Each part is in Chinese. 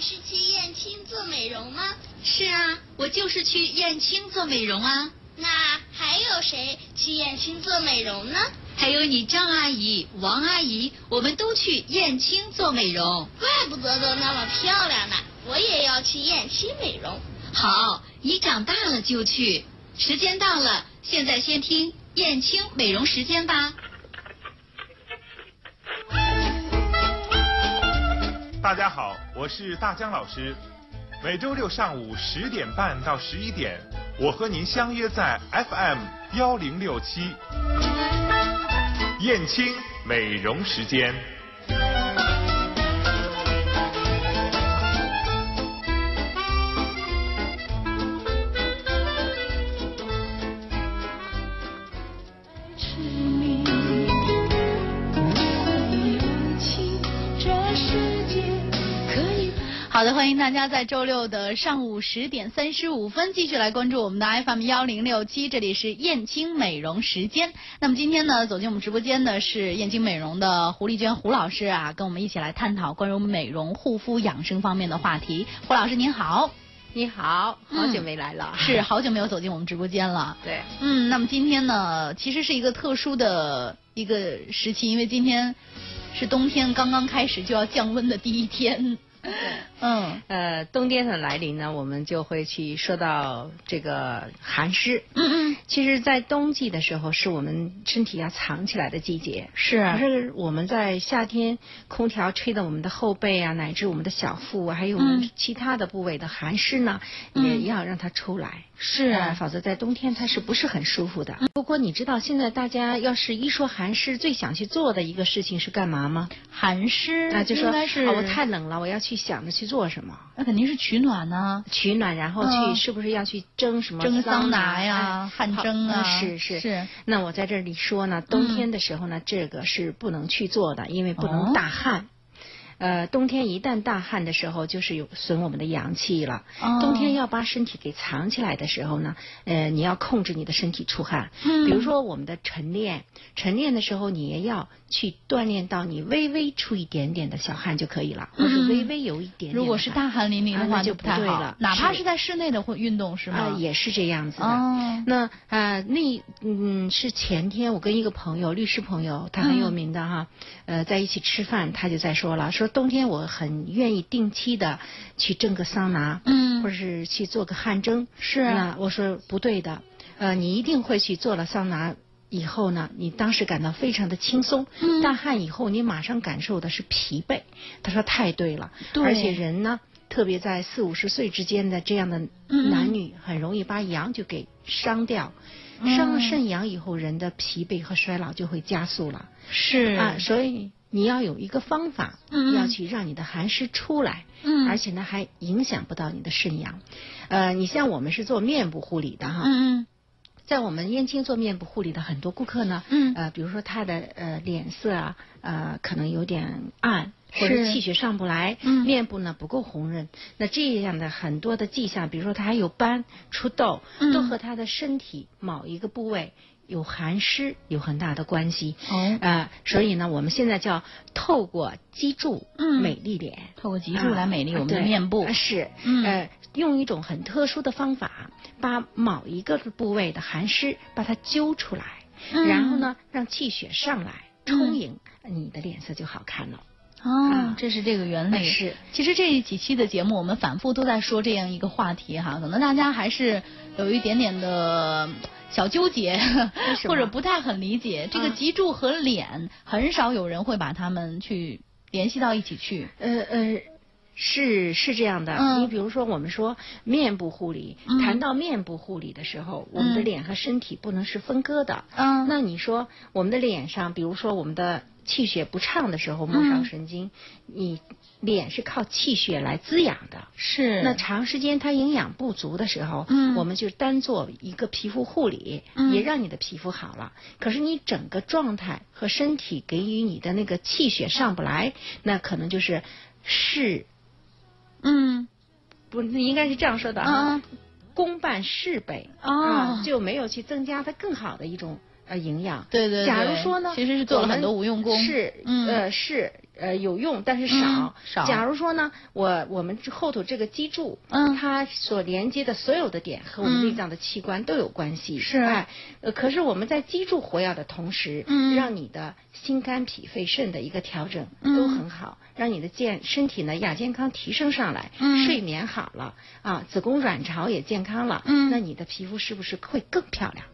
是去燕青做美容吗？是啊，我就是去燕青做美容啊。那还有谁去燕青做美容呢？还有你张阿姨、王阿姨，我们都去燕青做美容。怪不得都那么漂亮呢！我也要去燕青美容。好，你长大了就去。时间到了，现在先听燕青美容时间吧。大家好，我是大江老师。每周六上午十点半到十一点，我和您相约在 FM 幺零六七，燕青美容时间。是你，有情，这世界可以。好的，欢迎大家在周六的上午十点三十五分继续来关注我们的 FM 幺零六七，这里是燕青美容时间。那么今天呢，走进我们直播间的是燕青美容的胡丽娟胡老师啊，跟我们一起来探讨关于美容、护肤、养生方面的话题。胡老师您好，你好，好久嗯没来了。啊是好久没有走进我们直播间了。对，嗯，那么今天呢，其实是一个特殊的一个时期，因为今天是冬天刚刚开始就要降温的第一天。嗯呃，冬天的来临呢，我们就会去说到这个寒湿。嗯嗯，其实，在冬季的时候，是我们身体要藏起来的季节。是啊可是我们在夏天，空调吹的我们的后背啊，乃至我们的小腹啊，还有我嗯们其他的部位的寒湿呢，嗯也要让它出来。是啊呃否则在冬天它是不是很舒服的？不过你知道现在大家要是一说寒湿，最想去做的一个事情是干嘛吗？寒湿，啊，就说应该是、啊我太冷了，我要去想着去做什么，那肯定是取暖呢、取暖，然后嗯去是不是要去蒸什么蒸桑桑拿哎呀、汗好蒸啊，嗯是是是，嗯那我在这里说呢，冬天的时候呢，这个是不能去做的，因为不哦能大汗。呃，冬天一旦大汗的时候，就是有损我们的阳气了。哦冬天要把身体给藏起来的时候呢，呃，你要控制你的身体出汗。嗯比如说我们的晨练，晨练的时候你也要去锻炼到你微微出一点点的小汗就可以了，或是嗯微微有一点点的汗。如果是大汗淋漓的啊话，那就不太好不对了哪怕是是在室内的会运动是啊、吗？也是这样子的。哦，那啊、呃那嗯，是前天我跟一个朋友，律师朋友，他很有名的哈，嗯呃，在一起吃饭，他就在说了，说冬天我很愿意定期的去蒸个桑拿，嗯或者是去做个汗蒸。是啊那我说不对的，呃，你一定会去做了桑拿。以后呢，你当时感到非常的轻松，嗯大汗以后你马上感受的是疲惫。他说太对了，对而且人呢，特别在四五十岁之间的这样的嗯男女，很容易把阳就给伤掉，嗯伤了肾阳以后，人的疲惫和衰老就会加速了是啊。所以你要有一个方法，嗯要去让你的寒湿出来，嗯而且呢还影响不到你的肾阳。呃，你像我们是做面部护理的哈，嗯在我们燕青做面部护理的很多顾客呢，嗯呃，比如说他的呃脸色啊，呃，可能有点暗。是或者气血上不来，嗯面部呢不够红润，那这样的很多的迹象，比如说他还有斑、出痘，嗯都和他的身体某一个部位有寒湿有很大的关系。嗯，哦，呃，所以呢，我们现在叫透过脊柱嗯美丽脸，透过脊柱来美丽啊我们的对面部啊，是，嗯呃，用一种很特殊的方法，把某一个部位的寒湿把它揪出来，嗯然后呢，让气血上来充盈，你的脸色就好看了。哦啊，这是这个原理。哎是，其实这几期的节目，我们反复都在说这样一个话题哈，可能大家还是有一点点的小纠结为， 什么或者不太很理解这个啊脊柱和脸，很少有人会把它们去联系到一起去。呃呃。是是这样的，嗯你比如说，我们说面部护理，嗯谈到面部护理的时候，我们的嗯脸和身体不能是分割的，嗯那你说我们的脸上，比如说我们的气血不畅的时候，末嗯梢神经，你脸是靠气血来滋养的。是那长时间它营养不足的时候，嗯我们就单做一个皮肤护理，嗯也让你的皮肤好了。可是你整个状态和身体给予你的那个气血上不来，那可能就是事嗯不应该是这样说的啊，啊公办事倍哦啊啊，就没有去增加它更好的一种呃营养。对对对假如说呢，其实是做了我们很多无用功是嗯呃是呃有用，但是少、嗯少假如说呢，我我们之后头这个脊柱，嗯它所连接的所有的点和我们嗯内脏的器官都有关系。是哎，呃，可是我们在脊柱活跃的同时，嗯让你的心肝脾肺肾的一个调整嗯都很好，让你的健身体呢亚健康提升上来，嗯睡眠好了啊，子宫卵巢也健康了，嗯那你的皮肤是不是会更漂亮？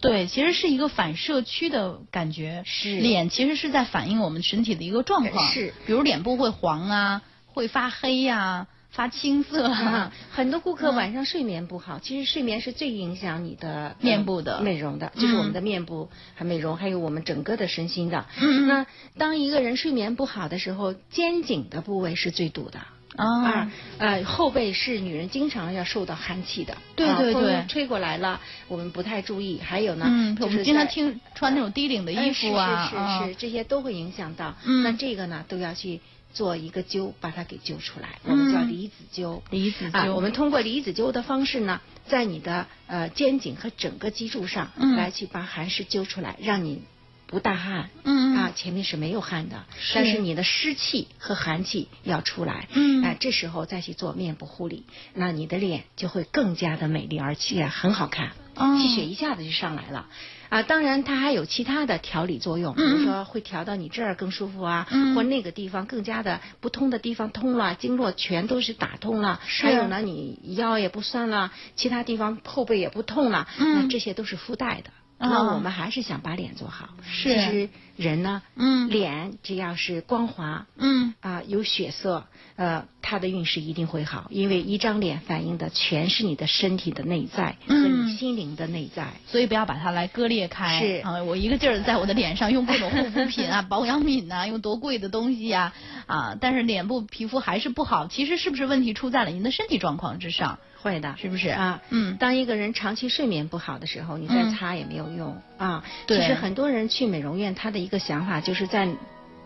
对，其实是一个反社区的感觉。是脸其实是在反映我们身体的一个状况。是，比如脸部会黄啊，会发黑呀、发青色啊啊。，很多顾客嗯晚上睡眠不好，其实睡眠是最影响你的面部的呃美容的，就是嗯我们的面部还美容，还有我们整个的身心的。嗯那当一个人睡眠不好的时候，肩颈的部位是最堵的。啊嗯二，呃，后背是女人经常要受到寒气的，对啊对风对吹过来了，我们不太注意。还有呢，嗯，就我是们经常在听穿那种低领的衣服啊，哎是是是啊是，这些都会影响到。嗯那这个呢，都要去做一个灸，把它给灸出来，我们叫嗯离子灸。离子啊，灸我们通过离子灸的方式呢，在你的呃肩颈和整个脊柱上、嗯来去把寒湿灸出来，让你不大汗。嗯嗯啊，前面是没有汗的，是但是你的湿气和寒气要出来。嗯哎、这时候再去做面部护理，那你的脸就会更加的美丽，而且很好看，哦气血一下子就上来了。啊，当然它还有其他的调理作用，比如说会调到你这儿更舒服啊，嗯或那个地方更加的不通的地方通了，经络全都是打通了，是还有呢，你腰也不酸了，其他地方后背也不痛了，嗯那这些都是附带的。啊那我们还是想把脸做好。是其实人呢，嗯脸只要是光滑。嗯啊、有血色，呃，他的运势一定会好，因为一张脸反映的全是你的身体的内在和嗯你心灵的内在。所以不要把它来割裂开。是啊，我一个劲儿地在我的脸上用各种护肤品 啊、保养品呐、用多贵的东西呀、啊，但是脸部皮肤还是不好。其实是不是问题出在了您的身体状况之上？会的，是不是啊？嗯当一个人长期睡眠不好的时候，你再嗯擦也没有用、啊。对其实很多人去美容院，他的一个想法就是在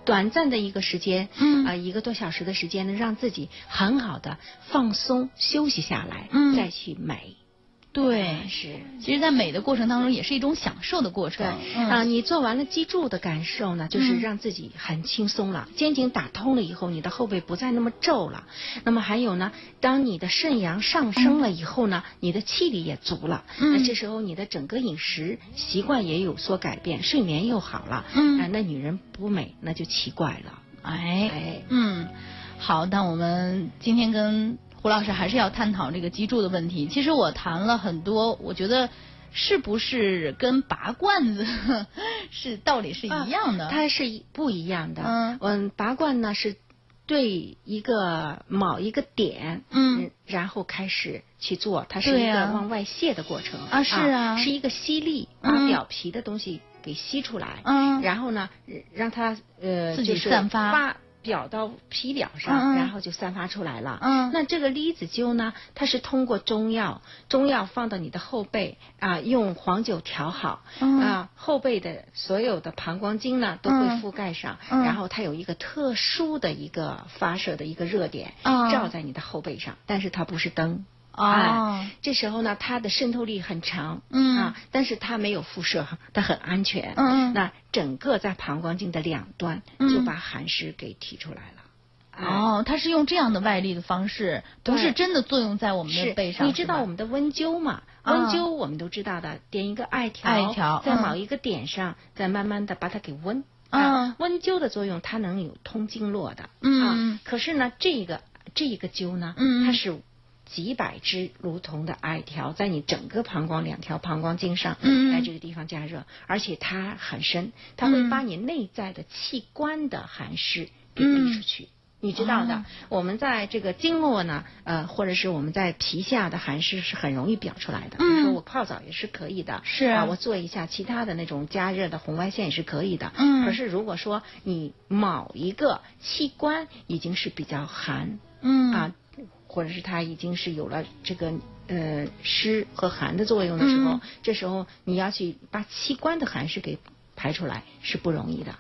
短暂的一个时间，嗯啊、一个多小时的时间呢，让自己很好的放松休息下来，嗯再去美。啊对，是。其实，在美的过程当中，也是一种享受的过程对。嗯啊，你做完了脊柱的感受呢，就是嗯让自己很轻松了，肩颈打通了以后，你的后背不再那么皱了。那么还有呢，当你的肾阳上升了以后呢，你的气力也足了。嗯那这时候你的整个饮食习惯也有所改变，睡眠又好了。嗯啊，那女人不美那就奇怪了。哎，哎嗯，好，但我们今天跟胡老师还是要探讨这个脊柱的问题。其实我谈了很多，我觉得是不是跟拔罐子 是道理是一样的？它是一不一样的。嗯拔罐呢是对一个某一个点，嗯，然后开始去做，它是对一个啊往外泄的过程啊是啊是一个吸力，嗯把表皮的东西给吸出来，嗯然后呢呃让它呃自己就是散发发表到皮表上，嗯嗯然后就散发出来了。嗯那这个离子灸呢，它是通过中药，中药放到你的后背啊、用黄酒调好啊、嗯后背的所有的膀胱经呢都会嗯覆盖上，嗯然后它有一个特殊的一个发射的一个热点、哦照在你的后背上，但是它不是灯。哦哎这时候呢，它的渗透力很长，嗯啊，但是它没有辐射，它很安全。嗯嗯那整个在膀胱经的两端嗯就把寒湿给提出来了。哎哦，它是用这样的外力的方式，不对是真的作用在我们的是背上。你知是吧道我们的温灸嘛？啊温灸我们都知道的，点一个艾条，嗯艾条在嗯某一个点上，再慢慢的把它给温。啊温灸的作用，它能有通经络的。嗯啊，可是呢，这个这一个灸呢，嗯它是几百支如同的艾条，在你整个膀胱两条膀胱经上，嗯在这个地方加热，而且它很深，它会嗯把你内在的器官的寒湿给逼出去。你知道的，嗯哦我们在这个经络呢，呃，或者是我们在皮下的寒湿是很容易表出来的。比如嗯说我泡澡也是可以的，是啊，我做一下其他的那种加热的红外线也是可以的。嗯可是如果说你某一个器官已经是比较寒、嗯啊，或者是它已经是有了这个呃湿和寒的作用的时候，嗯这时候你要去把器官的寒湿给排出来是不容易的。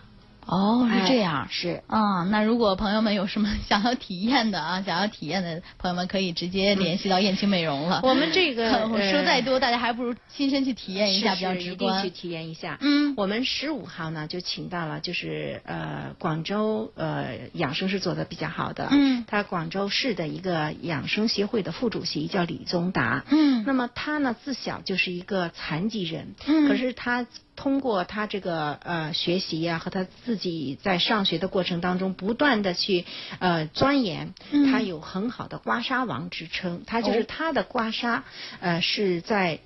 哦，是这样哎。是啊、那如果朋友们有什么 想要体验的啊，想要体验的朋友们可以直接联系到燕青美容了。嗯我 们这个我呃说再多，大家还不如亲身去体验一下是比较是直一定观去。体验一下。嗯我们十五号呢就请到了，就是呃广州呃养生是做的比较好的，嗯他广州市的一个养生协会的副主席叫李宗达，嗯那么他呢自小就是一个残疾人，嗯可是他通过他这个呃学习呀、和他自己在上学的过程当中不断的去呃钻研，嗯他有很好的刮痧王之称，他就是哦他的刮痧呃是在。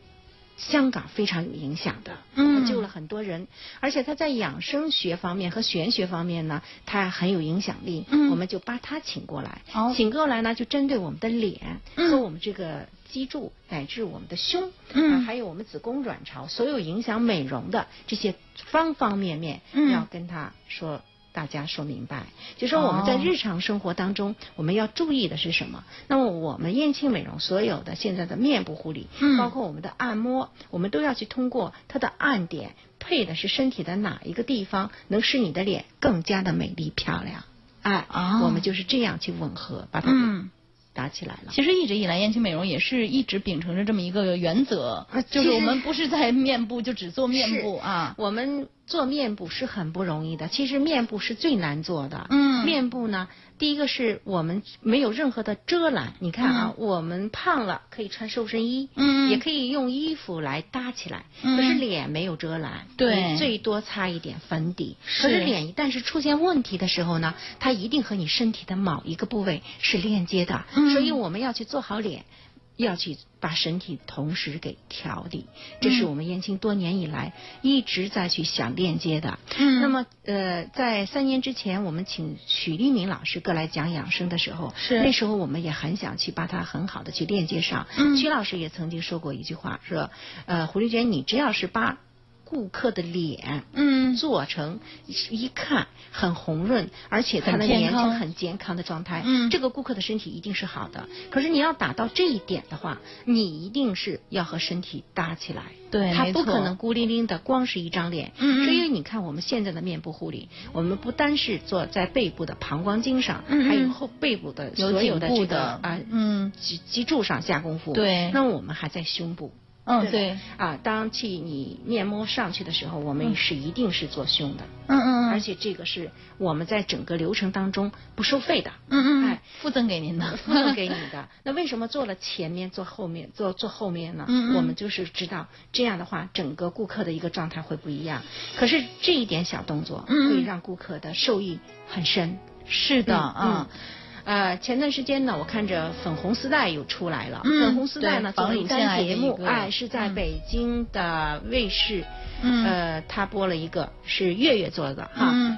香港非常有影响的，嗯他救了很多人，而且他在养生学方面和玄学方面呢，他很有影响力。嗯我们就把他请过来，哦请过来呢，就针对我们的脸、嗯和我们这个脊柱，乃至我们的胸，嗯啊还有我们子宫、卵巢，所有影响美容的这些方方面面，嗯要跟他说。大家说明白，就说我们在哦日常生活当中，我们要注意的是什么？那么我们燕青美容所有的现在的面部护理，嗯包括我们的按摩，我们都要去通过它的按点配的是身体的哪一个地方，能使你的脸更加的美丽漂亮。哎，哦我们就是这样去吻合，把它给嗯，打起来了。其实一直以来，燕青美容也是一直秉承着这么一个原则啊，就是其实我们不是在面部就只做面部是啊。我们做面部是很不容易的，其实面部是最难做的。嗯面部呢，第一个是我们没有任何的遮拦。你看啊，我们胖了可以穿瘦身衣，嗯也可以用衣服来搭起来。嗯可是脸没有遮拦，对你最多擦一点粉底。是可是脸一旦是出现问题的时候呢，它一定和你身体的某一个部位是链接的，嗯所以我们要去做好脸。要去把身体同时给调理，这嗯是我们燕青多年以来一直在去想链接的。嗯那么呃，在三年之前，我们请许立明老师过来讲养生的时候，是那时候我们也很想去把它很好的去链接上。嗯曲老师也曾经说过一句话，说呃，胡丽娟，你只要是把顾客的脸嗯做成一看很红润，而且他很的健年康轻很健康的状态，嗯这个顾客的身体一定是好的。可是你要达到这一点的话，你一定是要和身体搭起来，对他没不错可能孤零零的光是一张脸。嗯嗯所以你看我们现在的面部护理，我们不单是做在背部的膀胱经上，嗯嗯还有后背部的有所颈有的部这个的啊、嗯脊脊柱上下功夫，对那我们还在胸部。嗯吧对，啊，当去你面膜上去的时候，我们是一定是做胸的，嗯嗯而嗯且这个是我们在整个流程当中不收费 的，嗯嗯哎，附赠给您的，附赠给你的。那为什么做了前面做后面做做后面呢？嗯嗯我们就是知道这样的话，整个顾客的一个状态会不一样。可是这一点小动作嗯嗯会让顾客的受益很深。 是的啊。嗯呃，前段时间呢，我看着粉红丝带又出来了。嗯粉红丝带呢，对做了防乳一腺癌档的节一目，个哎，是在嗯北京的卫视，嗯呃，他播了一个是月月做的哈，嗯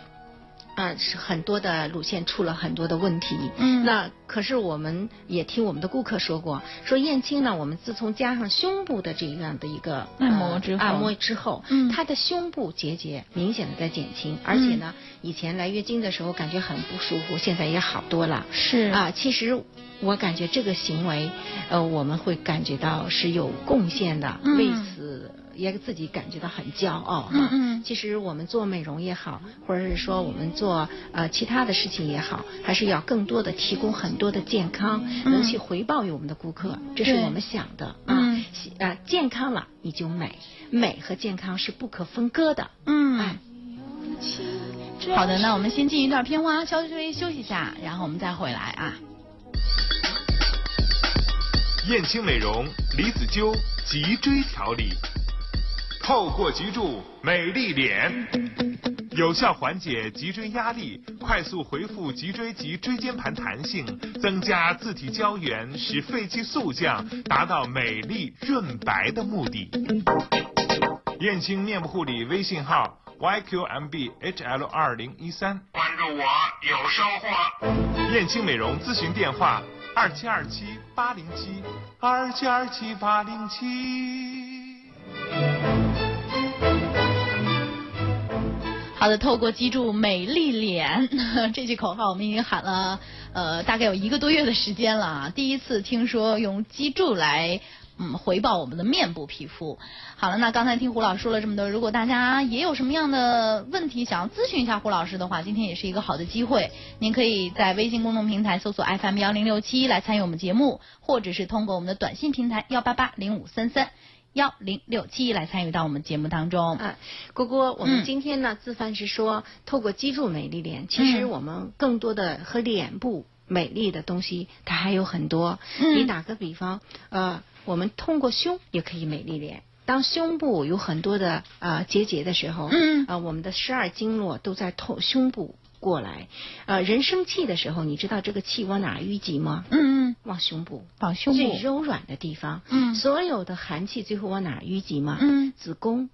啊，是很多的乳腺出了很多的问题。嗯那可是我们也听我们的顾客说过，说燕青呢，我们自从加上胸部的这样的一个按呃摩之后按摩之后，嗯她的胸部结节明显的在减轻，而且呢，嗯以前来月经的时候感觉很不舒服，现在也好多了。是啊，其实我感觉这个行为，呃，我们会感觉到是有贡献的，嗯为此也自己感觉到很骄傲哈。嗯嗯其实我们做美容也好，或者是说我们做呃其他的事情也好，还是要更多的提供很多的健康，嗯能去回报于我们的顾客，这是对我们想的啊嗯。喜呃，健康了你就美，美和健康是不可分割的。嗯哎。好的，那我们先进一段片花，稍微休息一下，然后我们再回来啊。燕青美容离子灸脊椎调理，透过脊柱美丽脸，有效缓解脊椎压力，快速恢复脊椎及椎间盘弹性，增加自体胶原，使肺气速降，达到美丽润白的目的。燕青面部护理微信号 yqmbhl 二零一三。关注我，有收获。燕青美容咨询电话：二七二七八零七，二七二七八零七。好的，透过记住美丽脸 这句口号，我们已经喊了呃大概有一个多月的时间了啊。第一次听说用脊柱来嗯回报我们的面部皮肤。好了，那刚才听胡老师说了这么多，如果大家也有什么样的问题想要咨询一下胡老师的话，今天也是一个好的机会。您可以在微信公众平台搜索 FM 幺零六七来参与我们节目，或者是通过我们的短信平台幺八八零五三三幺零六七来参与到我们节目当中。啊，郭郭，我们嗯今天呢，自范是说透过肌肤美丽脸，其实嗯我们更多的和脸部美丽的东西，它还有很多。嗯你打个比方，呃，我们通过胸也可以美丽脸。当胸部有很多的呃结节的时候，嗯啊，我们的十二经络都在透胸部过来。呃，人生气的时候，你知道这个气往哪儿淤积吗？嗯嗯，往胸部，往胸部最。柔软的地方。嗯所有的寒气最后往哪儿淤积吗？嗯，子宫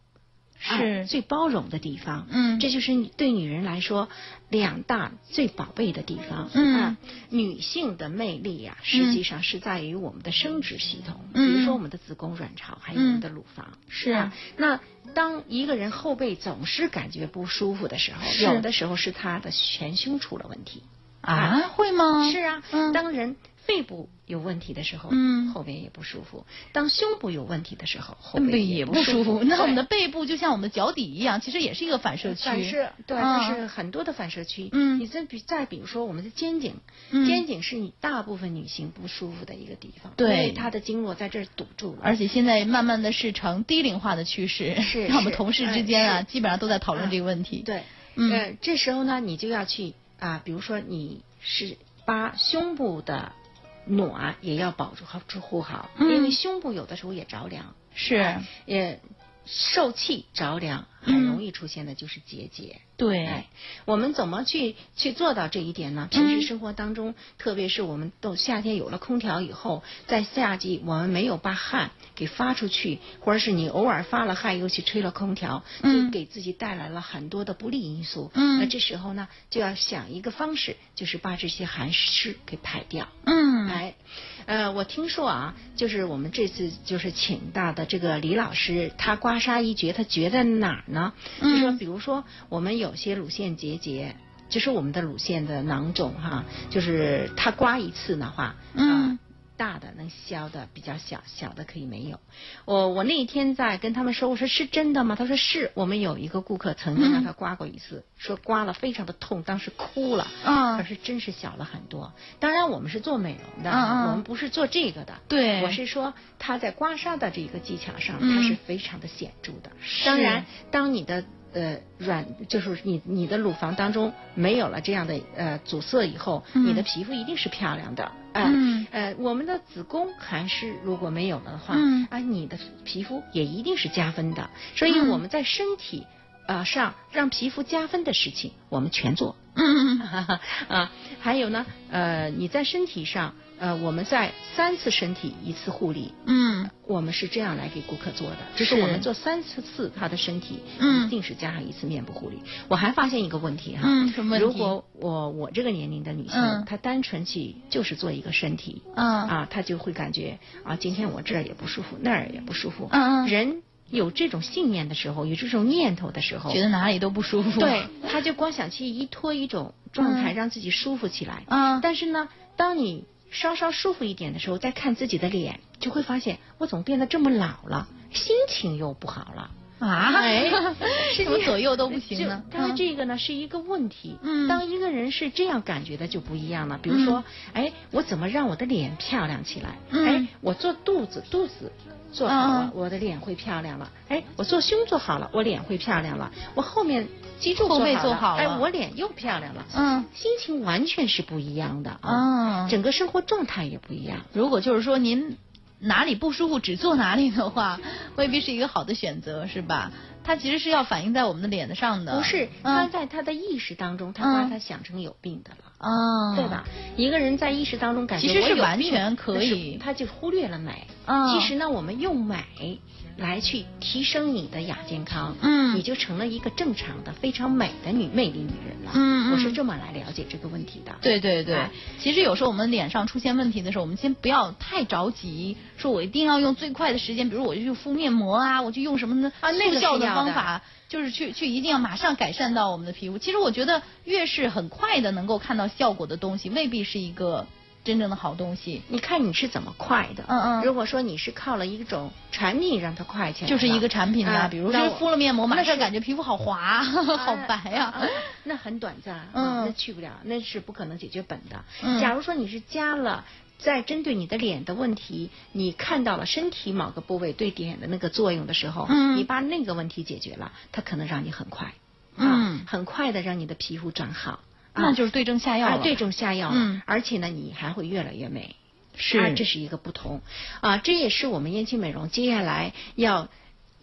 是啊最包容的地方。嗯这就是你对女人来说两大最宝贝的地方。嗯啊女性的魅力呀、实际上是在于我们的生殖系统，嗯比如说我们的子宫、卵巢，还有我们的乳房。是啊那当一个人后背总是感觉不舒服的时候，是有的时候是他的前胸出了问题。啊，会吗？是啊，嗯当人肺部有问题的时候，嗯后边也不舒服；当胸部有问题的时候，后背背也不嗯舒服。那我对们的背部就像我们的脚底一样，其实也是一个反射区。反射，对，嗯就是很多的反射区。嗯你再比再比如说我们的肩颈，嗯肩颈是你大部分女性不舒服的一个地方，对因为它的经络在这儿堵住了，而且现在慢慢的是呈低龄化的趋势，是让我们是同事哎之间啊，是基本上都在讨论这个问题。，对，嗯呃，这时候呢，你就要去啊、比如说你是把胸部的暖也要保住好住护好，嗯因为胸部有的时候也着凉，是，哎也受气着凉，嗯很容易出现的就是结节。对哎，，我们怎么去去做到这一点呢？嗯平时生活当中，特别是我们都夏天有了空调以后，在夏季我们没有把汗给发出去，或者是你偶尔发了汗又去吹了空调，嗯就给自己带来了很多的不利因素。嗯那这时候呢，就要想一个方式，就是把这些寒湿给排掉。嗯，哎，呃，我听说啊，就是我们这次就是请到的这个李老师，他刮痧一绝，他绝在哪儿呢？就说嗯比如说我们有些乳腺结节。就是我们的乳腺的囊肿哈、就是它刮一次的话，嗯啊大的能消的比较小，小的可以没有。我我那一天在跟他们说，我说是真的吗？他说是，我们有一个顾客曾经嗯让他刮过一次，说刮了非常的痛，当时哭了。可啊，是真是小了很多。当然，我们是做美容的，嗯嗯我们不是做这个的。对，我是说，他在刮痧的这个技巧上，嗯它是非常的显著的。当然，当你的呃软，就是你你的乳房当中没有了这样的呃阻塞以后，嗯你的皮肤一定是漂亮的。哎嗯呃，我们的子宫寒湿如果没有了的话，嗯啊，你的皮肤也一定是加分的。所以嗯我们在身体呃上让皮肤加分的事情，我们全做。嗯，啊，还有呢，呃，你在身体上，呃，我们在三次身体一次护理，嗯我们是这样来给顾客做的，就是是我们做三次次他的身体，嗯一定是加上一次面部护理。我还发现一个问题哈，嗯，什么问题？如果我我这个年龄的女性，嗯她单纯去就是做一个身体，嗯啊，她就会感觉啊，今天我这儿也不舒服，那儿也不舒服。嗯嗯人有这种信念的时候，有这种念头的时候，觉得哪里都不舒服，对，他就光想去依托一种状态，嗯让自己舒服起来。啊，但是呢，当你稍稍舒服一点的时候，再看自己的脸，就会发现我总变得这么老了，心情又不好了。啊，哎 是怎么这样左右都不行呢？就它嗯这个呢是一个问题。嗯当一个人是这样感觉的就不一样了。比如说，哎，我怎么让我的脸漂亮起来？嗯哎，我做肚子，肚子做好嗯了，我的脸会漂亮了。哎，我做胸做好了，我脸会漂亮了。我后面脊柱后背做做好了哎，我脸又漂亮了。嗯心情完全是不一样的啊，啊，整个生活状态也不一样。如果就是说您哪里不舒服只做哪里的话，未必是一个好的选择，是吧？它其实是要反映在我们的脸上的。不是，他嗯，在他的意识当中，他嗯把他想成有病的了。啊，对？吧？一个人在意识当中感觉其实我是有完病全可以那是他就忽略了美。啊，其实呢，我们用美来去提升你的亚健康，嗯你就成了一个正常的、非常美的女魅力女人了。嗯嗯我是这么来了解这个问题的。对对对哎，其实有时候我们脸上出现问题的时候，我们先不要太着急，说我一定要用最快的时间，比如我就去敷面膜啊，我就用什么呢？啊那个速是效的要的方法，就是去去一定要马上改善到我们的皮肤。其实我觉得越是很快的能够看到效果的东西，未必是一个真正的好东西。你看你是怎么快的？嗯嗯如果说你是靠了一种产品让它快起来的，就是一个产品呐、啊比如那说我敷了面膜，马那上是感觉皮肤好滑，好白呀、啊 那很短暂，嗯嗯，那去不了，那是不可能解决本的。嗯假如说你是加了。在针对你的脸的问题，你看到了身体某个部位对脸的那个作用的时候，嗯你把那个问题解决了，它可能让你很快，嗯啊，很快的让你的皮肤转好，那就是对症下药啊了。对症下药了，嗯而且呢，你还会越来越美，是啊这是一个不同啊，这也是我们燕青美容接下来要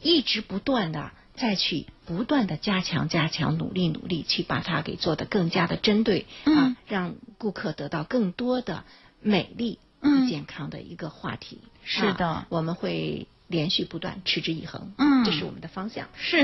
一直不断的再去不断的加强加强努力努力，去把它给做的更加的针对、嗯啊，让顾客得到更多的美丽嗯与健康的一个话题。是的啊我们会连续不断，持之以恒，嗯这是我们的方向。啊是，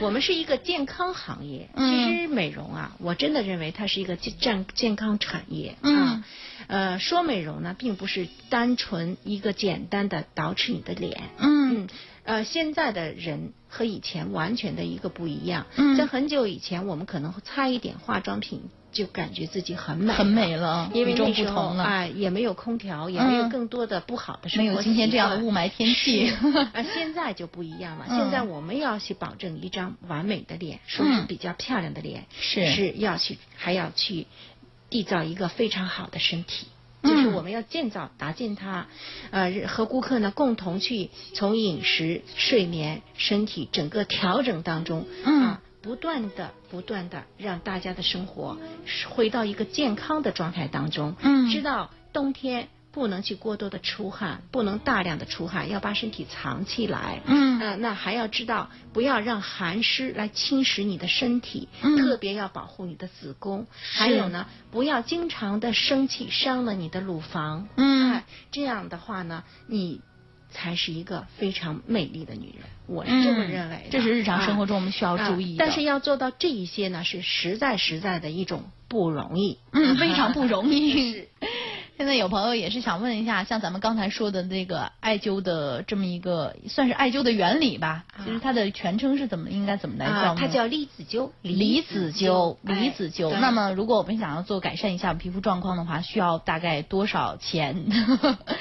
我们是一个健康行业，嗯其实美容啊，我真的认为它是一个健健健康产业。嗯啊，呃，说美容呢，并不是单纯一个简单的捯饬你的脸。嗯嗯，呃，现在的人和以前完全的一个不一样。嗯在很久以前，我们可能擦一点化妆品就感觉自己很美，很美了嗯因为与众那不时候同了啊，也没有空调，也没有嗯更多的不好的生没活有今天这样的习惯雾霾天气。啊，现在就不一样了。嗯现在我们要去保证一张完美的脸，说是嗯比较漂亮的脸，是是要去还要去缔造一个非常好的身体。就是嗯我们要建造、搭建它，呃，和顾客呢共同去从饮食、睡眠、身体整个调整当中，嗯啊，不断的、不断的让大家的生活是回到一个健康的状态当中，嗯知道冬天不能去过多的出汗，不能大量的出汗，要把身体藏起来。嗯呃那还要知道不要让寒湿来侵蚀你的身体，嗯特别要保护你的子宫。还有呢，不要经常的生气，伤了你的乳房。嗯哎这样的话呢，你才是一个非常美丽的女人。我是嗯这么认为的、这是日常生活啊中我们需要注意的啊但是要做到这一些呢，是实在实在的一种不容易。啊嗯，非常不容 易。 现在有朋友也是想问一下，像咱们刚才说的那个艾灸的这么一个，算是艾灸的原理吧？啊其实它的全称是怎么应该怎么来叫啊呢？，它叫离子灸，离子灸，哎离子灸。对那么，如果我们想要做改善一下皮肤状况的话，需要大概多少钱？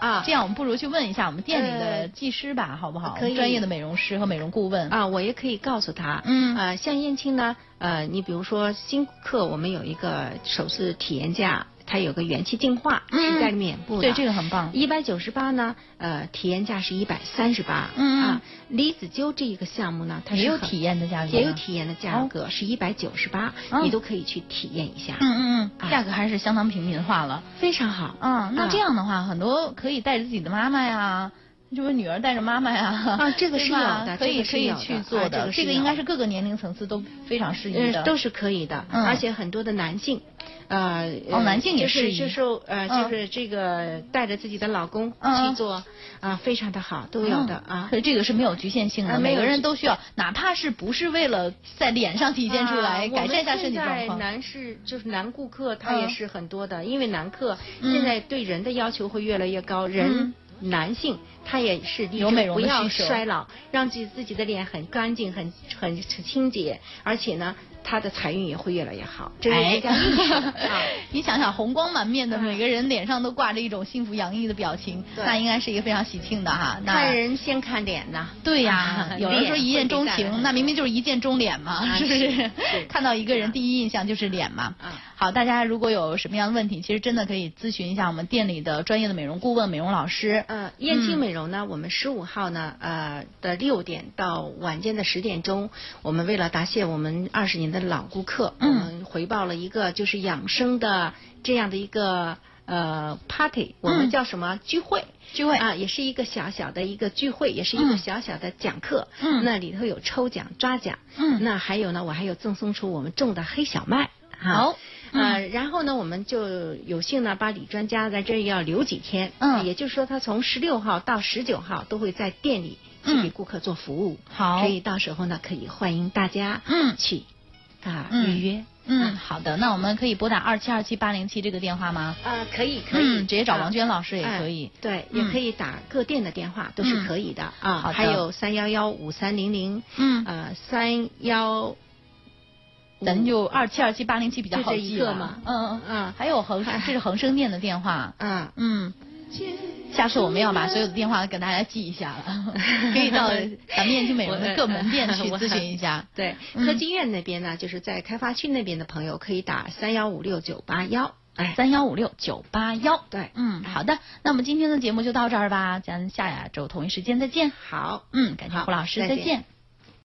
啊这样，我们不如去问一下我们店里的呃技师吧，好不好？可以专业的美容师和美容顾问。啊，我也可以告诉他，嗯呃，像燕青呢，呃，你比如说新客，我们有一个首次体验价，它有个元气净化、嗯是在脸部的，嗯对，这个很棒。一百九十八呢，呃，体验价是一百三十八，嗯啊，离子灸这一个项目呢，它是也有很体验的价格吗也有体验的价格是一百九十八哦，你都可以去体验一下，嗯嗯嗯，啊价格还是相当平民化了。非常好，嗯，那啊这样的话，很多可以带着自己的妈妈呀，这不女儿带着妈妈呀，啊这个是对吧有的可以这个是可以有的去做啊这个是这个有应该的是各个年龄层次都非常适宜嗯，的。都是可以的，嗯而且很多的男性，呃，哦呃男性也就是适宜就是呃，嗯就是这个带着自己的老公嗯去做，啊、非常的好，都有的啊。所以这个是没有局限性的，啊没每有个人局都需要，哪怕是不是为了在脸上体现出来，啊改善一下身体我们状现在况。男士就是男顾客，他也嗯是很多的，因为男客嗯现在对人的要求会越来越高，人嗯男性他也是力有争美容不的要需求衰老，让自己自己的脸很干净、很很清洁，而且呢，他的财运也会越来越好，这是哎一个历 史 的啊。你想想，红光满面的，啊每个人脸上都挂着一种幸福洋溢的表情，对那应该是一个非常喜庆的哈。那看人先看脸呐。对呀、 啊有人说一见钟情，那明明就是一见钟脸嘛，啊是不是？是是看到一个人，第一印象就是脸嘛。啊好，大家如果有什么样的问题，其实真的可以咨询一下我们店里的专业的美容顾问、美容老师。呃，燕青美容呢，我们十五号呢，呃的六点到晚间的十点钟，我们为了答谢我们二十年的老顾客，嗯我们回报了一个就是养生的这样的一个呃 party，我们叫什么聚会？聚会啊，也是一个小小的一个聚会，也是一个嗯小小的讲课。嗯那里头有抽奖、抓奖。嗯那还有呢，我还有赠送出我们种的黑小麦。哈好嗯呃，然后呢，我们就有幸呢，把李专家在这儿要留几天，嗯也就是说，他从十六号到十九号都会在店里去给嗯顾客做服务，好所以到时候呢，可以欢迎大家嗯去啊嗯预约，嗯，好的，那我们可以拨打二七二七八零七这个电话吗？啊，可以可以，嗯直接找啊王娟老师也哎可以对，嗯也可以打各店的电话都嗯是可以的嗯好的啊，呃还有三幺幺五三零零，嗯呃，三幺啊咱就二七二七八零七比较就好这记一个吧嘛嗯嗯嗯嗯，还有恒，这是恒生店的电话，啊，嗯。下次我们要把所有的电话给大家记一下了， 可以到咱们燕京美容的各门店去咨询一下。对，嗯科技院那边呢，就是在开发区那边的朋友可以打三幺五六九八幺，哎， 三幺五六九八幺。对，嗯，好的，那我们今天的节目就到这儿吧，咱下周同一时间再见。好，嗯，感谢好胡老师，再再见见。